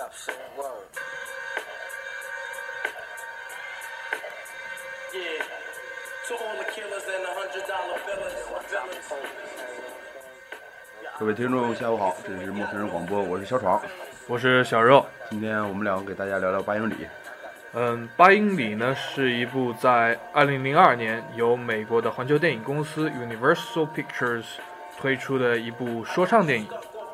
obscene words. Yeah. To all the killers and the hundred dollar billers. villains. 各位听众，下午好，这里是陌生人广播，我是小闯。我是小肉。今天我们两个给大家聊聊八英里。嗯，《八英里》呢是一部在2002年由美国的环球电影公司 Universal Pictures 推出的一部说唱电影。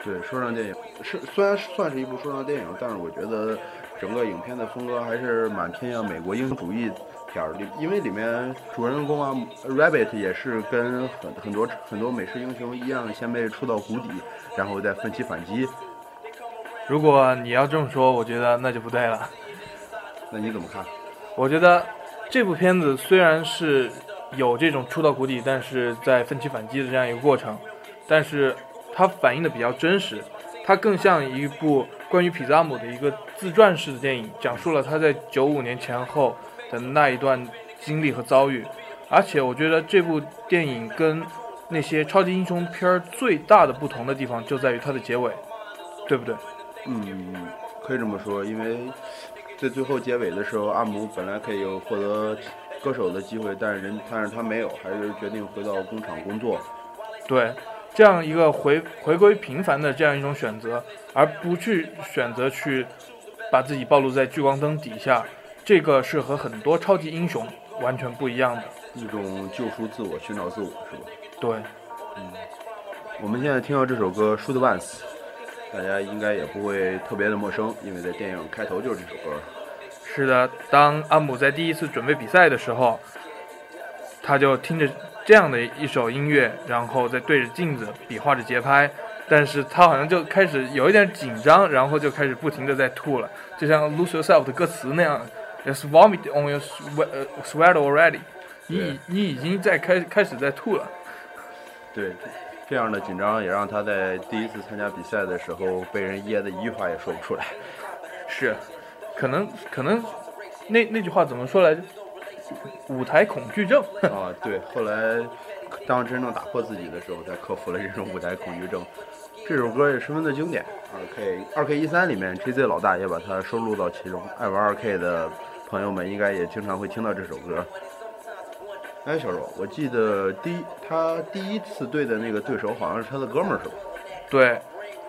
对，说唱电影是虽然算是一部说唱电影，但是我觉得整个影片的风格还是蛮偏向美国英雄主义片儿的，因为里面主人公啊，Rabbit 也是跟很很多很多美式英雄一样，先被触到谷底，然后再奋起反击。如果你要这么说，我觉得那就不对了。那你怎么看？我觉得这部片子虽然是有这种触到谷底，但是在奋起反击的这样一个过程，但是它反映的比较真实，它更像一部关于匹萨姆的一个自传式的电影，讲述了他在九五年前后的那一段经历和遭遇。而且我觉得这部电影跟那些超级英雄片儿最大的不同的地方就在于它的结尾，对不对？嗯，可以这么说，因为在最后结尾的时候，阿姆本来可以有获得歌手的机会，但是人，但是他没有，还是决定回到工厂工作。对，这样一个回回归平凡的这样一种选择，而不去选择去把自己暴露在聚光灯底下，这个是和很多超级英雄完全不一样的。一种救赎自我、寻找自我，是吧？对，我们现在听到这首歌《Shoot Once》，大家应该也不会特别的陌生，因为在电影开头就是这首歌。是的，当阿姆在第一次准备比赛的时候，他就听着这样的一首音乐，然后再对着镜子比划着节拍，但是他好像就开始有一点紧张，然后就开始不停的在吐了，就像《Lose Yourself》的歌词那样，Just vomit on your sweat 呃 sweat already，你已你已经在开开始在吐了。对，这样的紧张也让他在第一次参加比赛的时候被人噎得一句话也说不出来。是，可能可能那那句话怎么说来着？舞台恐惧症。啊，对，后来当真正打破自己的时候，才克服了这种舞台恐惧症。这首歌也十分的经典，二 K 二 K 一三里面 JZ 老大也把它收录到其中。爱玩二 K 的朋友们应该也经常会听到这首歌。哎，小柔，我记得第一他第一次对的那个对手好像是他的哥们儿是吧？对，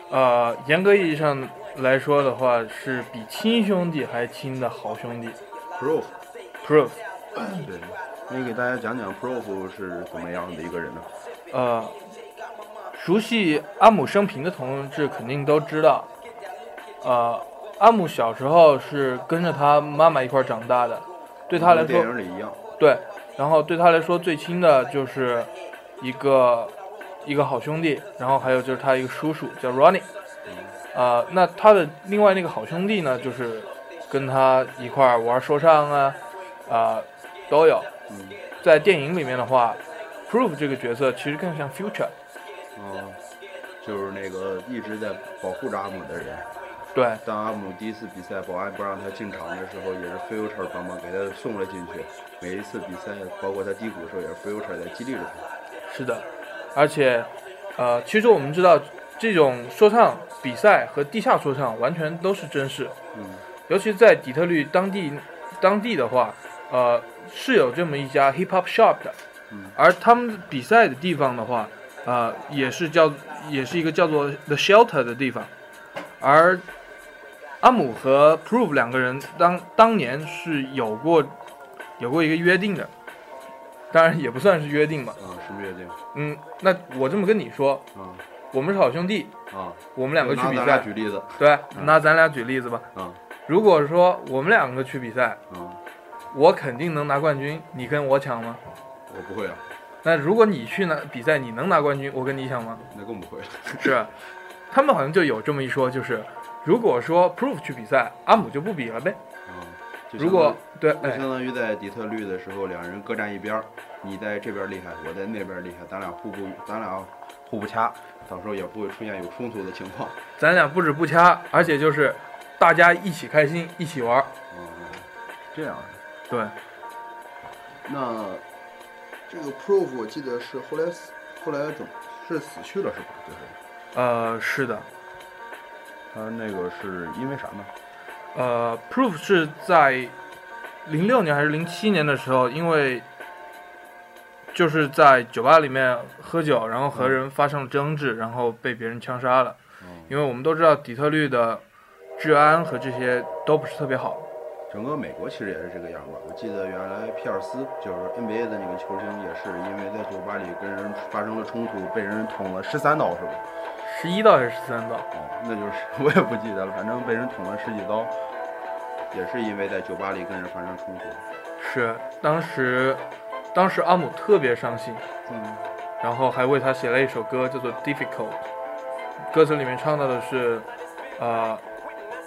呃，严格意义上来说的话，是比亲兄弟还亲的好兄弟。 Proof， Proof，对，你给大家讲讲 Proof 是怎么样的一个人呢？呃，熟悉阿姆生平的同志肯定都知道，呃，阿姆小时候是跟着他妈妈一块儿长大的，对他来跟说电，影里一样，对，然后对他来说最亲的就是一个一个好兄弟，然后还有就是他一个叔叔叫 Ronnie，啊、呃，那他的另外那个好兄弟呢，就是跟他一块儿玩说唱啊，啊、都有。在电影里面的话，Proof 这个角色其实更像 Future，嗯，就是那个一直在保护着阿姆的人。对当阿姆第一次比赛，保安不让他进场的时候，也是 Future 帮忙给他送了进去。每一次比赛，包括他低谷的时候，也是 Future 在激励着他。是的，而且，呃，其实我们知道，这种说唱比赛和地下说唱完全都是真事。嗯，尤其在底特律当地，当地的话，呃，是有这么一家 hip hop shop 的。嗯，而他们比赛的地方的话，呃，也是叫，也是一个叫做 The Shelter 的地方。而阿姆和 Prove 两个人当当年是有过有过一个约定的，当然也不算是约定吧。啊，什么约定？嗯，那我这么跟你说，啊我们是好兄弟，啊，我们两个去拿比咱俩赛，举例子。对，嗯拿咱俩举例子吧。啊如果说我们两个去比赛，啊，我肯定能拿冠军，你跟我抢吗？我不会啊，那如果你去拿比赛，你能拿冠军，我跟你抢吗？那更不会了。是，他们好像就有这么一说，就是如果说 Proof 去比赛，阿姆就不比了呗。啊，就如果对，相当于哎就，相当于在底特律的时候，两人各站一边儿，你在这边儿厉害，我在那边儿厉害，咱俩互不，咱俩互不掐，到时候也不会出现有冲突的情况。哎咱俩不止不掐，而且就是大家一起开心，一起玩儿。嗯，这样。对，那这个 Proof 我记得是后来死后来怎么是死去了是吧？就是呃，是的，他那个是因为啥呢？呃，Proof 是在零六年还是零七年的时候，因为就是在酒吧里面喝酒，然后和人发生了争执，然后被别人枪杀了。因为我们都知道底特律的治安和这些都不是特别好。整个美国其实也是这个样吧。我记得原来皮尔斯就是 NBA 的那个球星，也是因为在酒吧里跟人发生了冲突，被人捅了十三刀，是吧？十一道还是十三道？哦，那就是 我也不记得了，反正被人捅了十几刀，也是因为在酒吧里跟人发生冲突。是当时，当时阿姆特别伤心，嗯，然后还为他写了一首歌，叫做《Difficult》，歌词里面唱到的是，呃，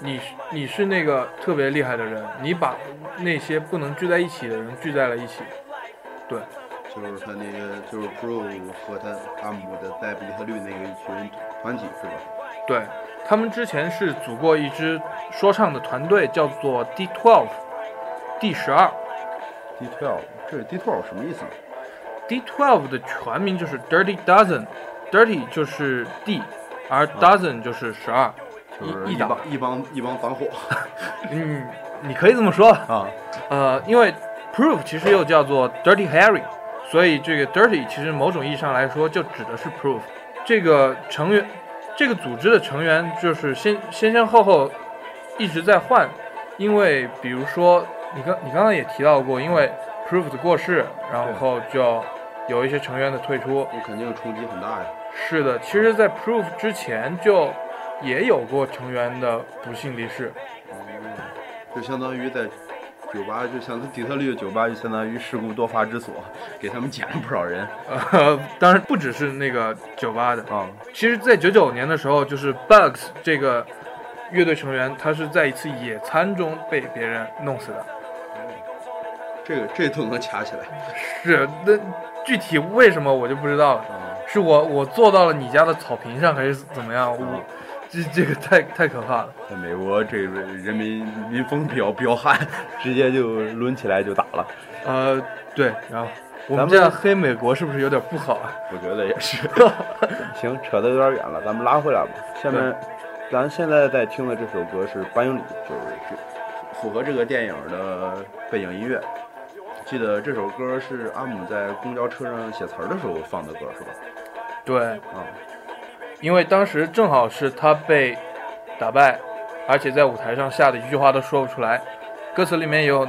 你是你是那个特别厉害的人，你把那些不能聚在一起的人聚在了一起，对，就是他那个就是 Pro 和他阿姆的在底特律那个一群团体是吧？对，他们之前是组过一支说唱的团队，叫做 D Twelve，第十二 D twelve，这是 D twelve 什么意思呢？ ，D Twelve 的全名就是 Dirty Dozen，Dirty 就是 D，而 Dozen 就是十二、啊就是一一档帮一帮一帮脏货嗯，你可以这么说， 啊，呃，因为 Proof 其实又叫做 Dirty Harry，所以这个 Dirty 其实某种意义上来说就指的是 Proof 这个成员，这个组织的成员就是先先先后后一直在换，因为比如说你刚你刚刚也提到过，因为 Proof 的过世，然后就有一些成员的退出。你肯定冲击很大呀。是的，其实，在 Proof 之前就也有过成员的不幸离世。就相当于在酒吧，就像底特律的酒吧，就相当于事故多发之所，给他们捡了不少人呃，当然不只是那个酒吧的，啊。其实，在九九年的时候，就是 Bugs 这个乐队成员，他是在一次野餐中被别人弄死的。 这个这都能掐起来是，那具体为什么我就不知道了。啊！是我我坐到了你家的草坪上，还是怎么样？我这这个太太可怕了。啊在美国，这个人民民风比较彪悍，直接就抡起来就打了。呃，对，然后我咱们们这样黑美国是不是有点不好 啊？我觉得也是。行，扯得有点远了，咱们拉回来吧。下面，咱现在在听的这首歌是《八英里》，就是这符合这个电影的背景音乐。记得这首歌是阿姆在公交车上写词儿的时候放的歌，是吧？对，啊、嗯因为当时正好是他被打败，而且在舞台上吓得一句话都说不出来，歌词里面有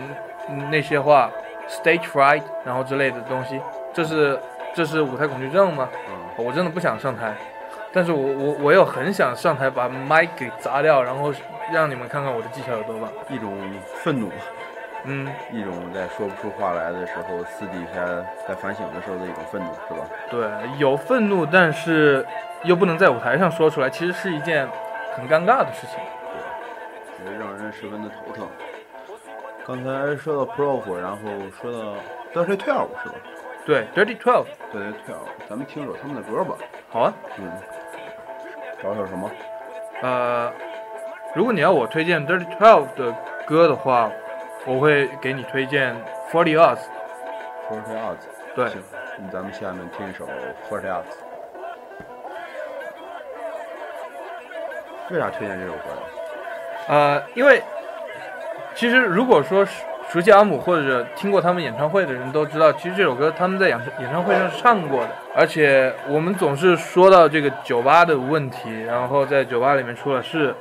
嗯那些话 “stage fright”，然后之类的东西，这是这是舞台恐惧症吗？嗯我真的不想上台，但是我我我又很想上台把麦给砸掉，然后让你们看看我的技巧有多棒。一种愤怒，嗯，一种在说不出话来的时候，私底下在反省的时候的一种愤怒，是吧？对，有愤怒，但是又不能在舞台上说出来，其实是一件很尴尬的事情。也是让人十分的头疼。刚才说到 Prof，然后说到当时退伍是吧？对，Dirty Twelve，对对，退伍，咱们听首他们的歌吧。好啊。嗯，找首什么？呃，如果你要我推荐 Dirty Twelve 的歌的话，我会给你推荐 Forty Us。 Forty o u t 对行，那咱们下面听一首 Forty o u t 为啥推荐这首歌呀？呃，因为其实如果说熟熟悉阿姆或者听过他们演唱会的人都知道，其实这首歌他们在演演唱会上是唱过的。而且我们总是说到这个酒吧的问题，然后在酒吧里面出了事。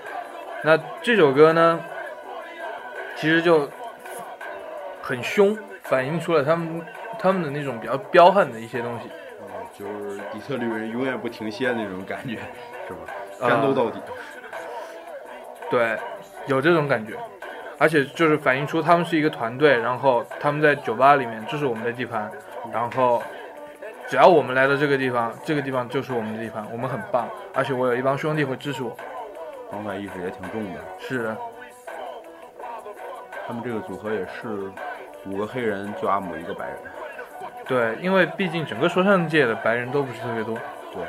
那这首歌呢，其实就很凶，反映出了他们他们的那种比较彪悍的一些东西。哦，就是底特律人永远不停歇那种感觉，是吧？啊战斗到底。对，有这种感觉，而且就是反映出他们是一个团队，然后他们在酒吧里面，这是我们的地盘，然后只要我们来到这个地方，这个地方就是我们的地盘，我们很棒，而且我有一帮兄弟会支持我。防范意识也挺重的。是的，他们这个组合也是五个黑人，就阿姆一个白人。对，因为毕竟整个说唱界的白人都不是特别多，对，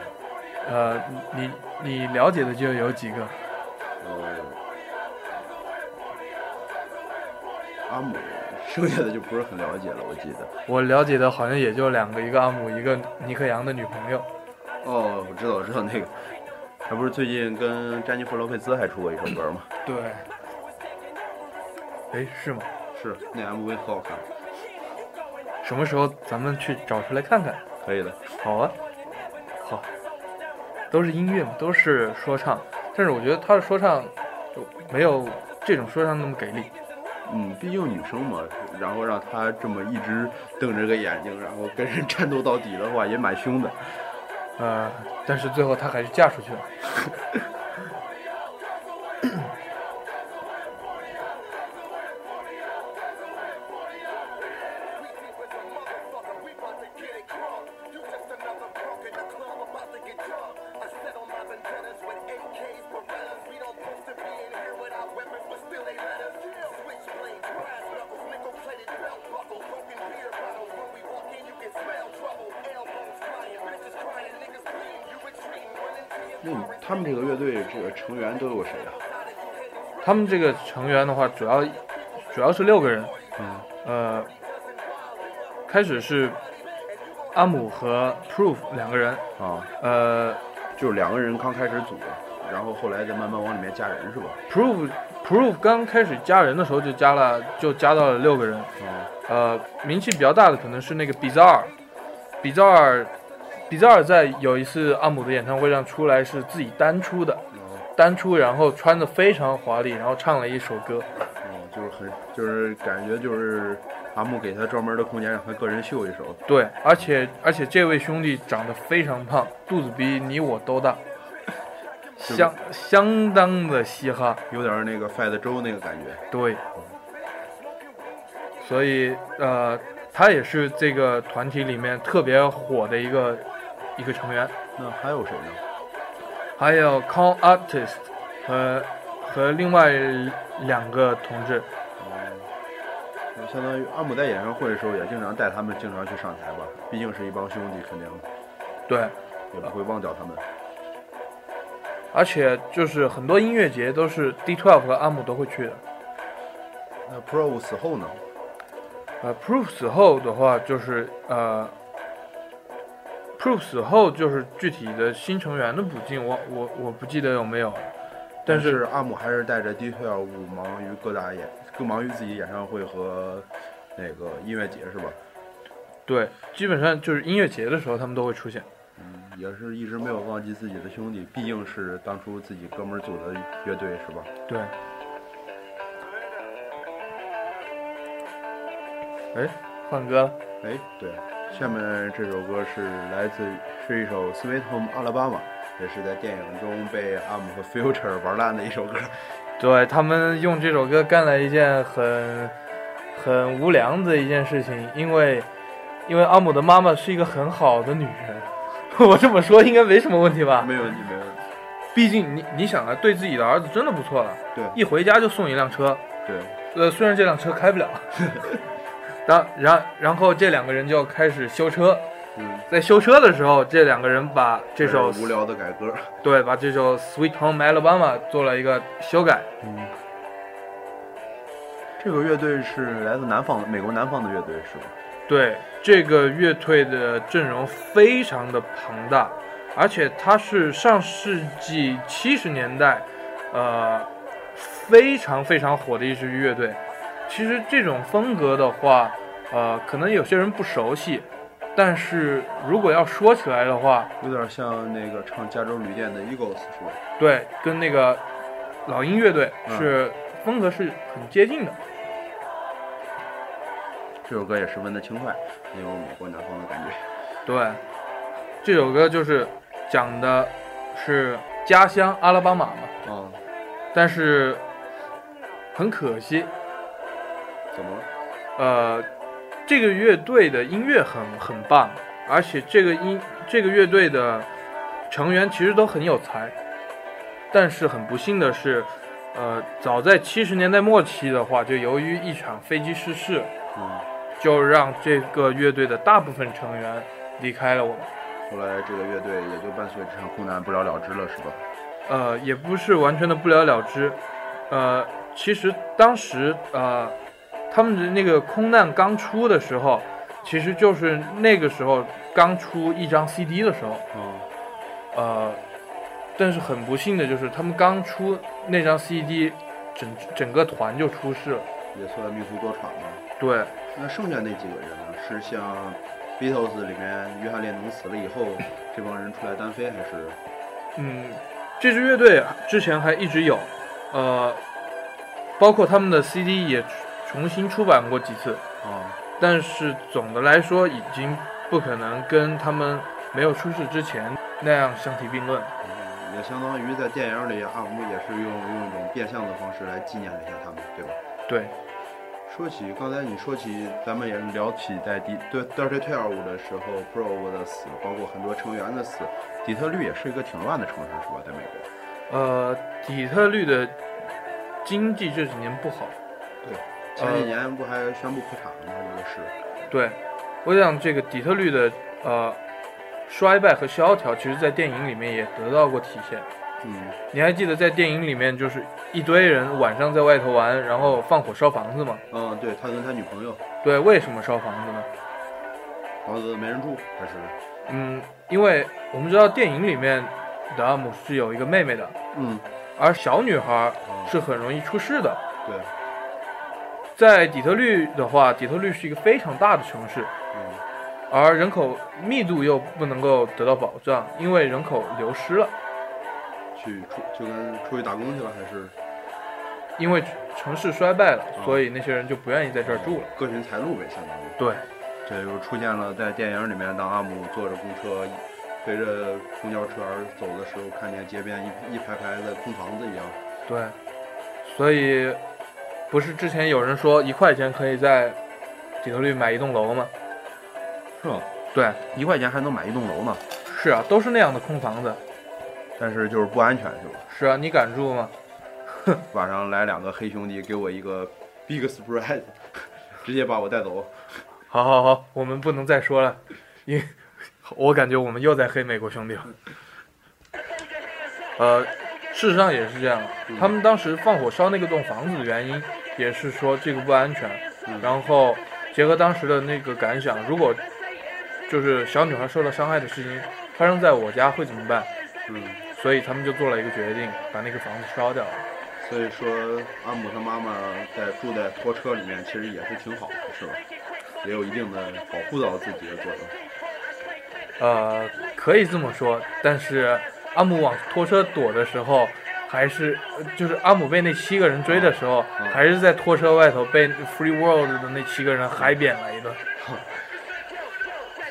呃，你你你了解的就有几个，呃，阿姆剩下的就不是很了解了，我记得。我了解的好像也就两个，一个阿姆，一个尼克杨的女朋友。哦，我知道，我知道那个，还不是最近跟詹妮弗·罗佩兹还出过一首歌吗？对，哎，是吗？是，那 MV 特好看，什么时候咱们去找出来看看？可以的。好啊，好，都是音乐嘛，都是说唱，但是我觉得他的说唱就没有这种说唱那么给力。嗯，毕竟女生嘛，然后让她这么一直瞪着个眼睛，然后跟人战斗到底的话，也蛮凶的。呃，但是最后她还是嫁出去了。那你他们这个乐队这个成员都有谁啊？他们这个成员的话，主要主要是六个人。嗯，呃，开始是阿姆和 Proof 两个人，啊，呃就是两个人刚开始组，然后后来再慢慢往里面加人是吧？ ，Proof Proof 刚开始加人的时候就加了，就加到了六个人。啊，呃，名气比较大的可能是那个比扎尔，比扎尔，比扎尔在有一次阿姆的演唱会上出来是自己单出的，单出，然后穿的非常华丽，然后唱了一首歌，哦，就是很，就是感觉就是阿木给他专门的空间，让他个人秀一首。对，而且而且这位兄弟长得非常胖，肚子比你我都大，是相相当的嘻哈，有点那个 Fat Joe 那个感觉。对，所以呃，他也是这个团体里面特别火的一个一个成员，那还有谁呢？还有 Con Artist 和和另外两个同志，那相当于阿姆在演唱会的时候也经常带他们经常去上台吧，毕竟是一帮兄弟，肯定对，也不会忘掉他们。而且就是很多音乐节都是 D12 和阿姆都会去的。那啊 Pro 死后呢？呃，Proof 死后的话，就是呃，Proof 死后就是具体的新成员的补进，我我我不记得有没有了，但是阿姆还嗯是带啊着 D T L 五忙于各大演，更忙于自己演唱会和那个音乐节是吧？对，基本上就是音乐节的时候他们都会出现。也是一直没有忘记自己的兄弟，毕竟是当初自己哥们儿组的乐队是吧？对。哎，换歌了。哎，对，下面这首歌是来自是一首《Sweet Home Alabama》，也是在电影中被阿姆和 Future 玩烂的一首歌。对他们用这首歌干了一件很很无良的一件事情，因为因为阿姆的妈妈是一个很好的女人， 我这么说应该没什么问题吧？没有问题，没有问题。毕竟你你想啊，对自己的儿子真的不错了，对一回家就送一辆车，对，呃，虽然这辆车开不了， 然然然后这两个人就开始修车，嗯，在修车的时候，这两个人把这首无聊的改歌。对把这首《Sweet Home Alabama》做了一个修改，嗯，这个乐队是来自南方的，美国南方的乐队是吧？对，这个乐队的阵容非常的庞大，而且它是上世纪七十年代，呃，非常非常火的一支乐队。其实这种风格的话，呃，可能有些人不熟悉，但是如果要说起来的话，有点像那个唱《加州旅店》的 Eagles 是吧？对，跟那个老鹰乐队嗯是、风格是很接近的。这首歌也十分的轻快，很有美国南方的感觉。对，这首歌就是讲的是家乡阿拉巴马嘛。啊，但是很可惜，怎么了？呃，这个乐队的音乐很很棒，而且这个音这个乐队的成员其实都很有才，但是很不幸的是，呃，早在七十年代末期的话，就由于一场飞机失事，嗯，就让这个乐队的大部分成员离开了我们。后来这个乐队也就伴随这场空难不了了之了，是吧？呃，也不是完全的不了了之。呃，其实当时呃，他们的那个空难刚出的时候，其实就是啊那个时候刚出一张 CD 的时候，嗯，呃，但是很不幸的就是，他们刚出那张 CD，整整个团就出事了。也算命途多舛吧。对，那剩下那几个人呢？是像 Beatles 里面约翰列侬死了以后，这帮人出来单飞，还是嗯，这支乐队之前还一直有，呃，包括他们的 CD 也重新出版过几次，啊？但是总的来说已经不可能跟他们没有出事之前那样相提并论。嗯也相当于在电影里，阿姆也是用用一种变相的方式来纪念了一下他们，对吧？对，说起刚才你说起，咱们也聊起在迪对 Dirty t w e l 的时候，Pro 的死，包括很多成员的死，底特律也是一个挺乱的城市，是吧？在美国，呃，底特律的经济这几年不好，对，前几年不还宣布破产了吗？这个是，对，我想这个底特律的呃衰败和萧条，其实在电影里面也得到过体现。嗯，你还记得在电影里面，就是一堆人晚上在外头玩，然后放火烧房子吗？嗯，对他跟他女朋友，对，为什么烧房子呢？房子没人住，还是，嗯，因为我们知道电影里面达尔姆是有一个妹妹的，嗯，而小女孩哦是很容易出事的。对，在底特律的话，底特律是一个非常大的城市，嗯，而人口密度又不能够得到保障，因为人口流失了，去出就跟出去打工去了，还是因为城市衰败了，所以那些人就不愿意在这儿住了。各寻财路呗，相当于。对，这又出现了在电影里面，当阿姆坐着公车，随着公交车而走的时候，看见街边一一排排的空房子一样。对，所以不是之前有人说一块钱可以在底特律买一栋楼吗？是吧？对，一块钱还能买一栋楼呢，是啊，都是那样的空房子。但是就是不安全，是吧？是啊，你敢住吗？晚上来两个黑兄弟，给我一个 big surprise，直接把我带走。好好好，我们不能再说了，因为 我感觉我们又在黑美国兄弟了。呃，事实上也是这样，他们当时放火烧那个栋房子的原因，也是说这个不安全，然后结合当时的那个感想，如果就是小女孩受到伤害的事情发生在我家会怎么办？嗯，所以他们就做了一个决定，把那个房子烧掉了。所以说阿姆他妈妈在住在拖车里面，其实也是挺好的，是吧？也有一定的保护到自己的作用。呃，可以这么说，但是阿姆往拖车躲的时候，还是呃就是阿姆被那七个人追的时候，嗯还是在拖车外头被 Free World 的那七个人海扁了一顿。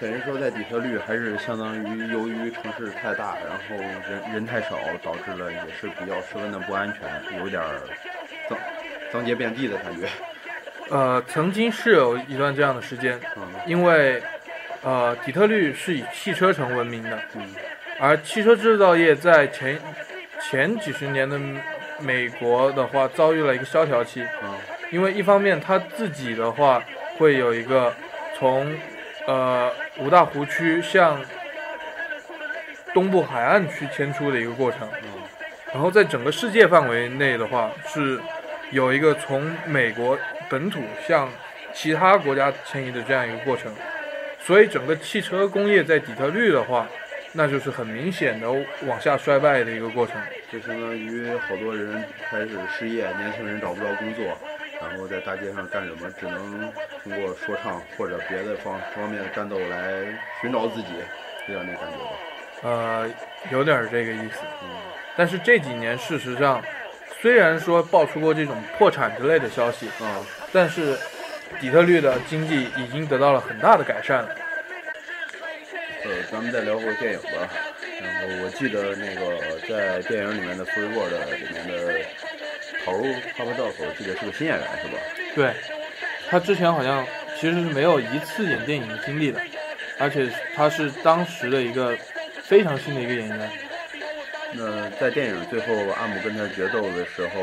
等于说，在底特律还是相当于由于城市太大，然后人人太少，导致了也是比较十分的不安全，有点儿脏脏街遍地的感觉。呃，曾经是有一段这样的时间，嗯因为呃，底特律是以汽车城闻名的，嗯而汽车制造业在前前几十年的美国的话，遭遇了一个萧条期。啊因为一方面他自己的话会有一个从呃五大湖区向东部海岸区迁出的一个过程，嗯然后在整个世界范围内的话是有一个从美国本土向其他国家迁移的这样一个过程，所以整个汽车工业在底特律的话，那就是很明显的往下衰败的一个过程。就相当于好多人开始失业，年轻人找不着工作，然后在大街上干什么，只能通过说唱或者别的方方面的战斗来寻找自己，有点那感觉吧。呃，有点儿这个意思。嗯但是这几年，事实上，虽然说爆出过这种破产之类的消息，啊，但是底特律的经济已经得到了很大的改善了。呃，咱们再聊会儿电影吧。然后我记得那个在电影里面的《Free World》里面的头儿哈伯道夫，我记得是个新演员是吧？对，他之前好像其实是没有一次演电影的经历的，而且他是当时的一个非常新的一个演员。那在电影最后阿姆跟他决斗的时候，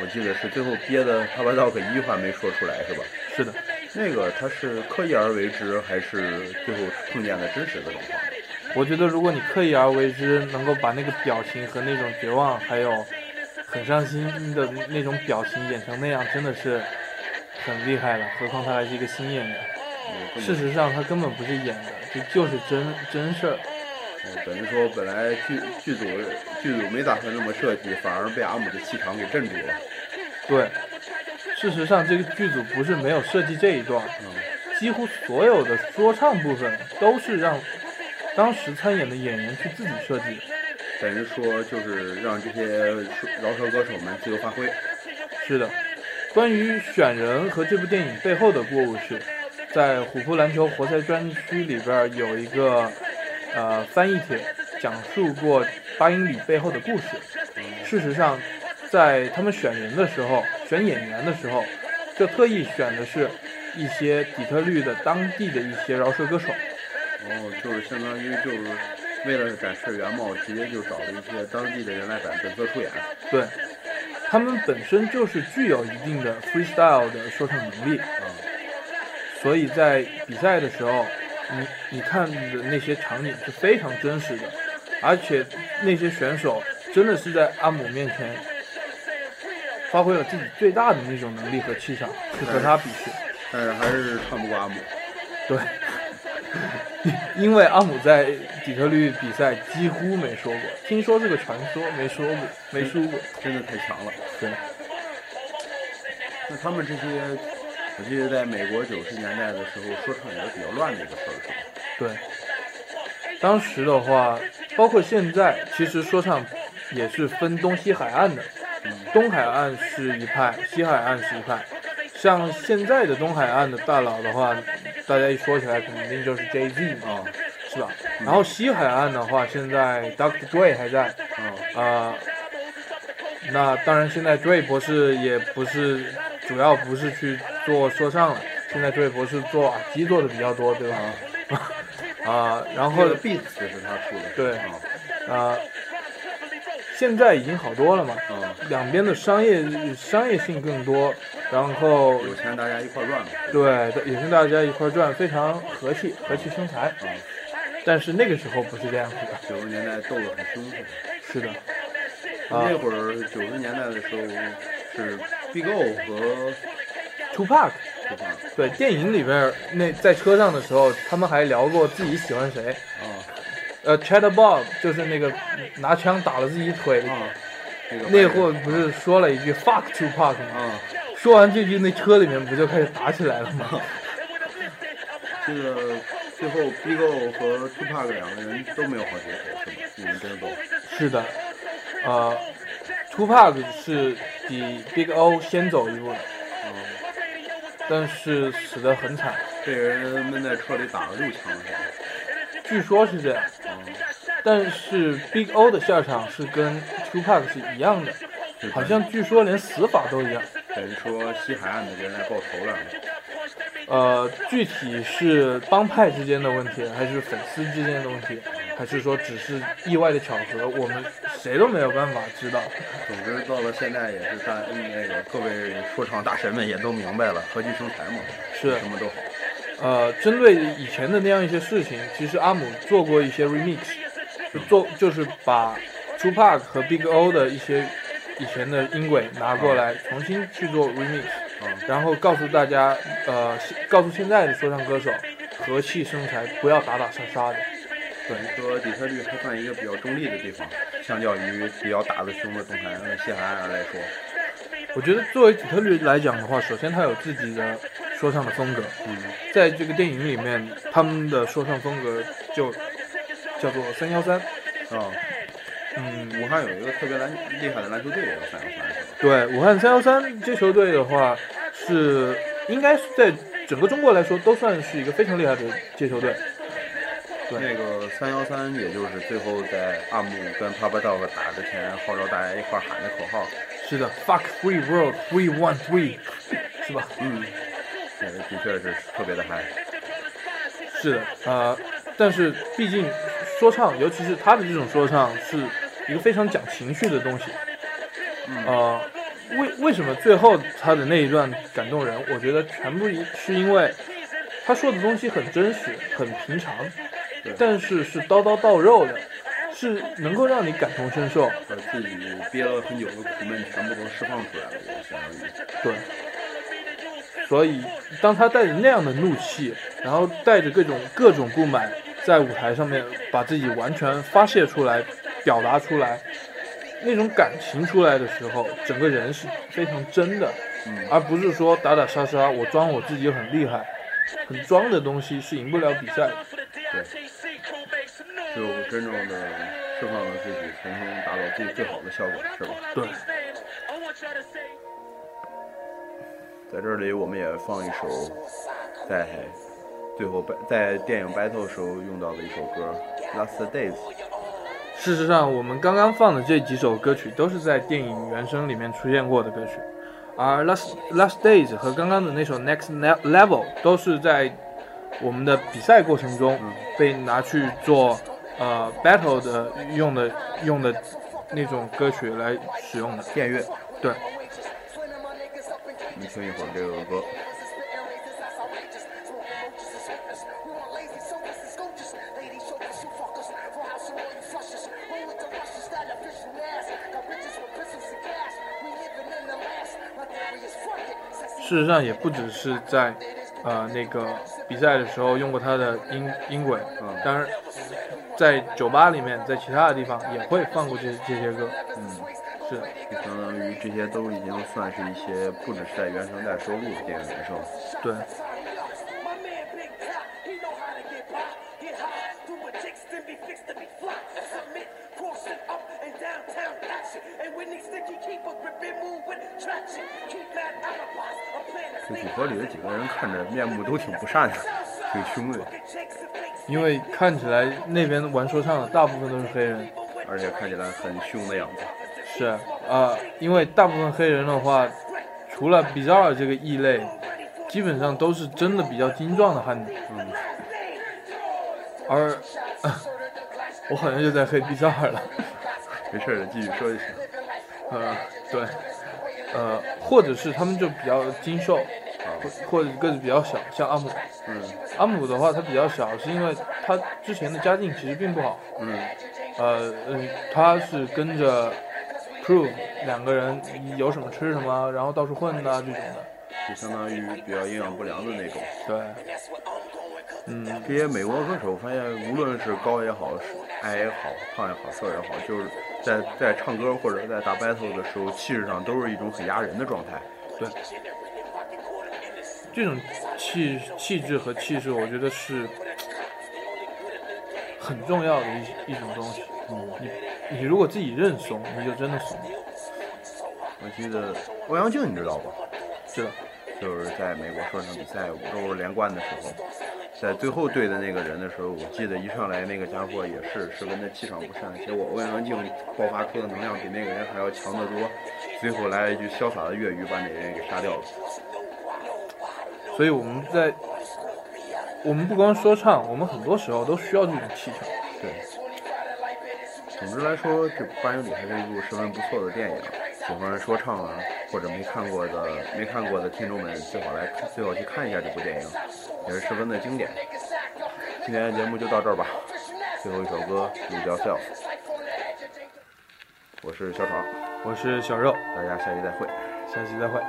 我记得是最后憋的哈伯道夫一句话没说出来是吧？是的，那个他是刻意而为之，还是最后碰见了真实的状况？我觉得如果你刻意而为之，能够把那个表情和那种绝望，还有很伤心的那种表情演成那样，真的是很厉害了。何况他还是一个新演员。嗯事实上，他根本不是演的，这就是真真事儿。呃等于说本来剧剧组剧组没打算那么设计，反而被阿姆的气场给镇住了。对，事实上这个剧组不是没有设计这一段，几乎所有的说唱部分都是让当时参演的演员去自己设计的。等于说就是让这些饶舌歌手们自由发挥。是的，关于选人和这部电影背后的过误是，在《虎扑篮球活塞专区》里边儿有一个呃翻译帖，讲述过八英里背后的故事。事实上，在他们选人的时候，选演员的时候，就特意选的是一些底特律的当地的一些饶舌歌手。然后哦就是相当于就是为了展示原貌，直接就找了一些当地的人来本本色出演。对，他们本身就是具有一定的 freestyle 的说唱能力，啊、所以在比赛的时候，你你看的那些场景是非常真实的，而且那些选手真的是在阿姆面前发挥了自己最大的那种能力和气场去和他比试。但是还是唱不过阿姆。对， 因为阿姆在底特律比赛几乎没说过，听说是个传说，没说过，没输过。真的太强了。对，那他们这些，我记得在美国九十年代的时候，说唱也是比较乱的一个事儿，是吧？对，当时的话，包括现在，其实说唱也是分东西海岸的，东海岸是一派，西海岸是一派。像现在的东海岸的大佬的话，大家一说起来肯定就是 Jay Z 嘛，啊、是吧？然后西海岸的话，现在 Dr. Dre 还在，啊、啊、那当然，现在 Dre 博士也不是主要不是去做说唱了，现在 Dre 博士做耳机做的比较多，对吧？啊、然后这个 beats 也是他出的。对啊啊、现在已经好多了嘛，啊，两边的商业商业性更多，然后有钱大家一块儿赚嘛。对也是大家一块儿赚，非常和气和气生财。啊，但是那个时候不是这样子的，九十年代斗得很凶，是吧？是的，啊那会儿九十年代的时候是 Big O 和 Tupac。对吧？对，电影里边儿那在车上的时候，他们还聊过自己喜欢谁。啊呃，Chad Bob 就是那个拿枪打了自己腿的、啊，那个那货，不是说了一句 “fuck Tupac” 吗？啊，说完这句，那车里面不就开始打起来了吗？这个最后 Big O 和 Tupac 两个人都没有好结果，是吧？你们真逗。是的，呃，Tupac 是比 Big O 先走一步的，啊，但是死得很惨，被人闷在车里打了六枪是吧？据说是这样。啊，但是 Big O 的下场是跟 Tupac 是一样的，就好像据说连死法都一样。等于说西海岸的人来报仇了。呃，具体是帮派之间的问题，还是粉丝之间的问题，还是说只是意外的巧合，我们谁都没有办法知道。总之到了现在也是大那个各位说唱大神们也都明白了，和气生财嘛，是什么都好。呃，针对以前的那样一些事情，其实阿姆做过一些 remix，就做就是把 Tupac 和 Big O 的一些以前的音轨拿过来，重新去做 remix，嗯然后告诉大家，呃，告诉现在的说唱歌手，和气生财，不要打打杀杀的。等于说底特律还算一个比较中立的地方，相较于比较打得凶的东海岸呃和西海岸来说，我觉得作为底特律来讲的话，首先他有自己的说唱的风格，嗯，在这个电影里面，他们的说唱风格就叫做三幺三。 啊，嗯，武汉有一个特别篮厉害的篮球队，我算一算是吧，对，武汉三幺三这球队的话是应该是在整个中国来说都算是一个非常厉害的街球队。对那个三幺三，也就是最后在阿姆跟 Papa Dog 打之前号召大家一块儿喊的口号，是的，fuck free world three one three，是吧？嗯，那个的确是特别的嗨，是的，呃，但是毕竟说唱，尤其是他的这种说唱，是一个非常讲情绪的东西。呃，为为什么最后他的那一段感动人？我觉得全部一是因为他说的东西很真实、很平常，但是是刀刀到肉的，是能够让你感同身受。把呃自己憋了很久的苦闷全部都释放出来了，也相当于。对，所以当他带着那样的怒气，然后带着各种各种不满，在舞台上面把自己完全发泄出来、表达出来，那种感情出来的时候，整个人是非常真的，而不是说打打杀杀，我装我自己很厉害，很装的东西是赢不了比赛的。就真正的释放了自己，才能达到最最好的效果，是吧？对，在这里，我们也放一首在最后白在电影 battle 时候用到的一首歌《Last Days》。事实上，我们刚刚放的这几首歌曲都是在电影原声里面出现过的歌曲，而《Last Last Days》和刚刚的那首《Next Ne- Level》都是在我们的比赛过程中被拿去做呃 battle 的用的用的那种歌曲来使用的。电乐，对，我们听一会儿这首歌。事实上，也不只是在呃那个比赛的时候用过它的音音轨，嗯当然在酒吧里面，在其他的地方也会放过这这些歌。嗯，是的。就相当于这些都已经算是一些不只是在原声带收录的电影原声。对，这组合里的几个人看着面目都挺不善的，挺凶的，因为看起来那边玩说唱的大部分都是黑人，而且看起来很凶的样子。是啊、呃因为大部分黑人的话，除了 Bizarre 这个异类，基本上都是真的比较精壮的汉子。嗯，而、 我好像又在黑 Bizarre 了。没事儿，继续说一说。呃，对，呃，或者是他们就比较精瘦，或或者个子比较小，像阿姆。啊嗯阿姆的话，他比较小，是因为他之前的家境其实并不好。嗯呃嗯，他是跟着 Prove 两个人有什么吃什么，然后到处混呐、这种的。就相当于比较营养不良的那种。对，这些美国歌手，我发现无论是高也好，是矮也好，胖也好，瘦也好，就是在在唱歌或者在打 battle 的时候，气势上都是一种很压人的状态。这种气气质和气势，我觉得是很重要的一一种东西。嗯你你如果自己认怂，你就真的怂。我记得欧阳靖，你知道吧？是的，就是在美国说唱比赛五周连冠的时候，在最后对的那个人的时候，我记得一上来那个家伙也是十分的气场不善，结果欧阳靖爆发出的能量比那个人还要强得多，最后来了一句潇洒的粤语把那人给杀掉了。所以我们在我们不光说唱，我们很多时候都需要这种气场。对，总之来说，这《八英里》还是一部十分不错的电影，喜欢说唱啊，或者没看过的没看过的听众们，最好来看最好去看一下这部电影，也是十分的经典。今天的节目就到这儿吧，最后一首歌《You Yourself》，我是小爽，我是小肉，大家下期再会。下期再会。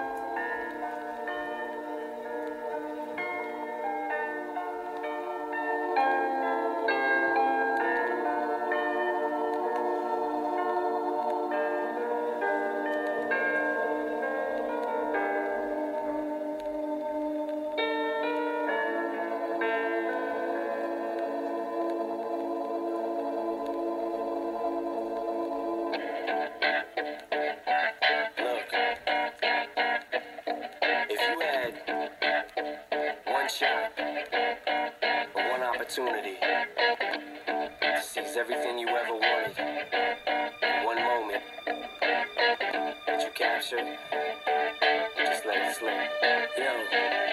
Look, if you had one shot or one opportunity to seize everything you ever wanted in one moment that you captured, just let it slip. Yo,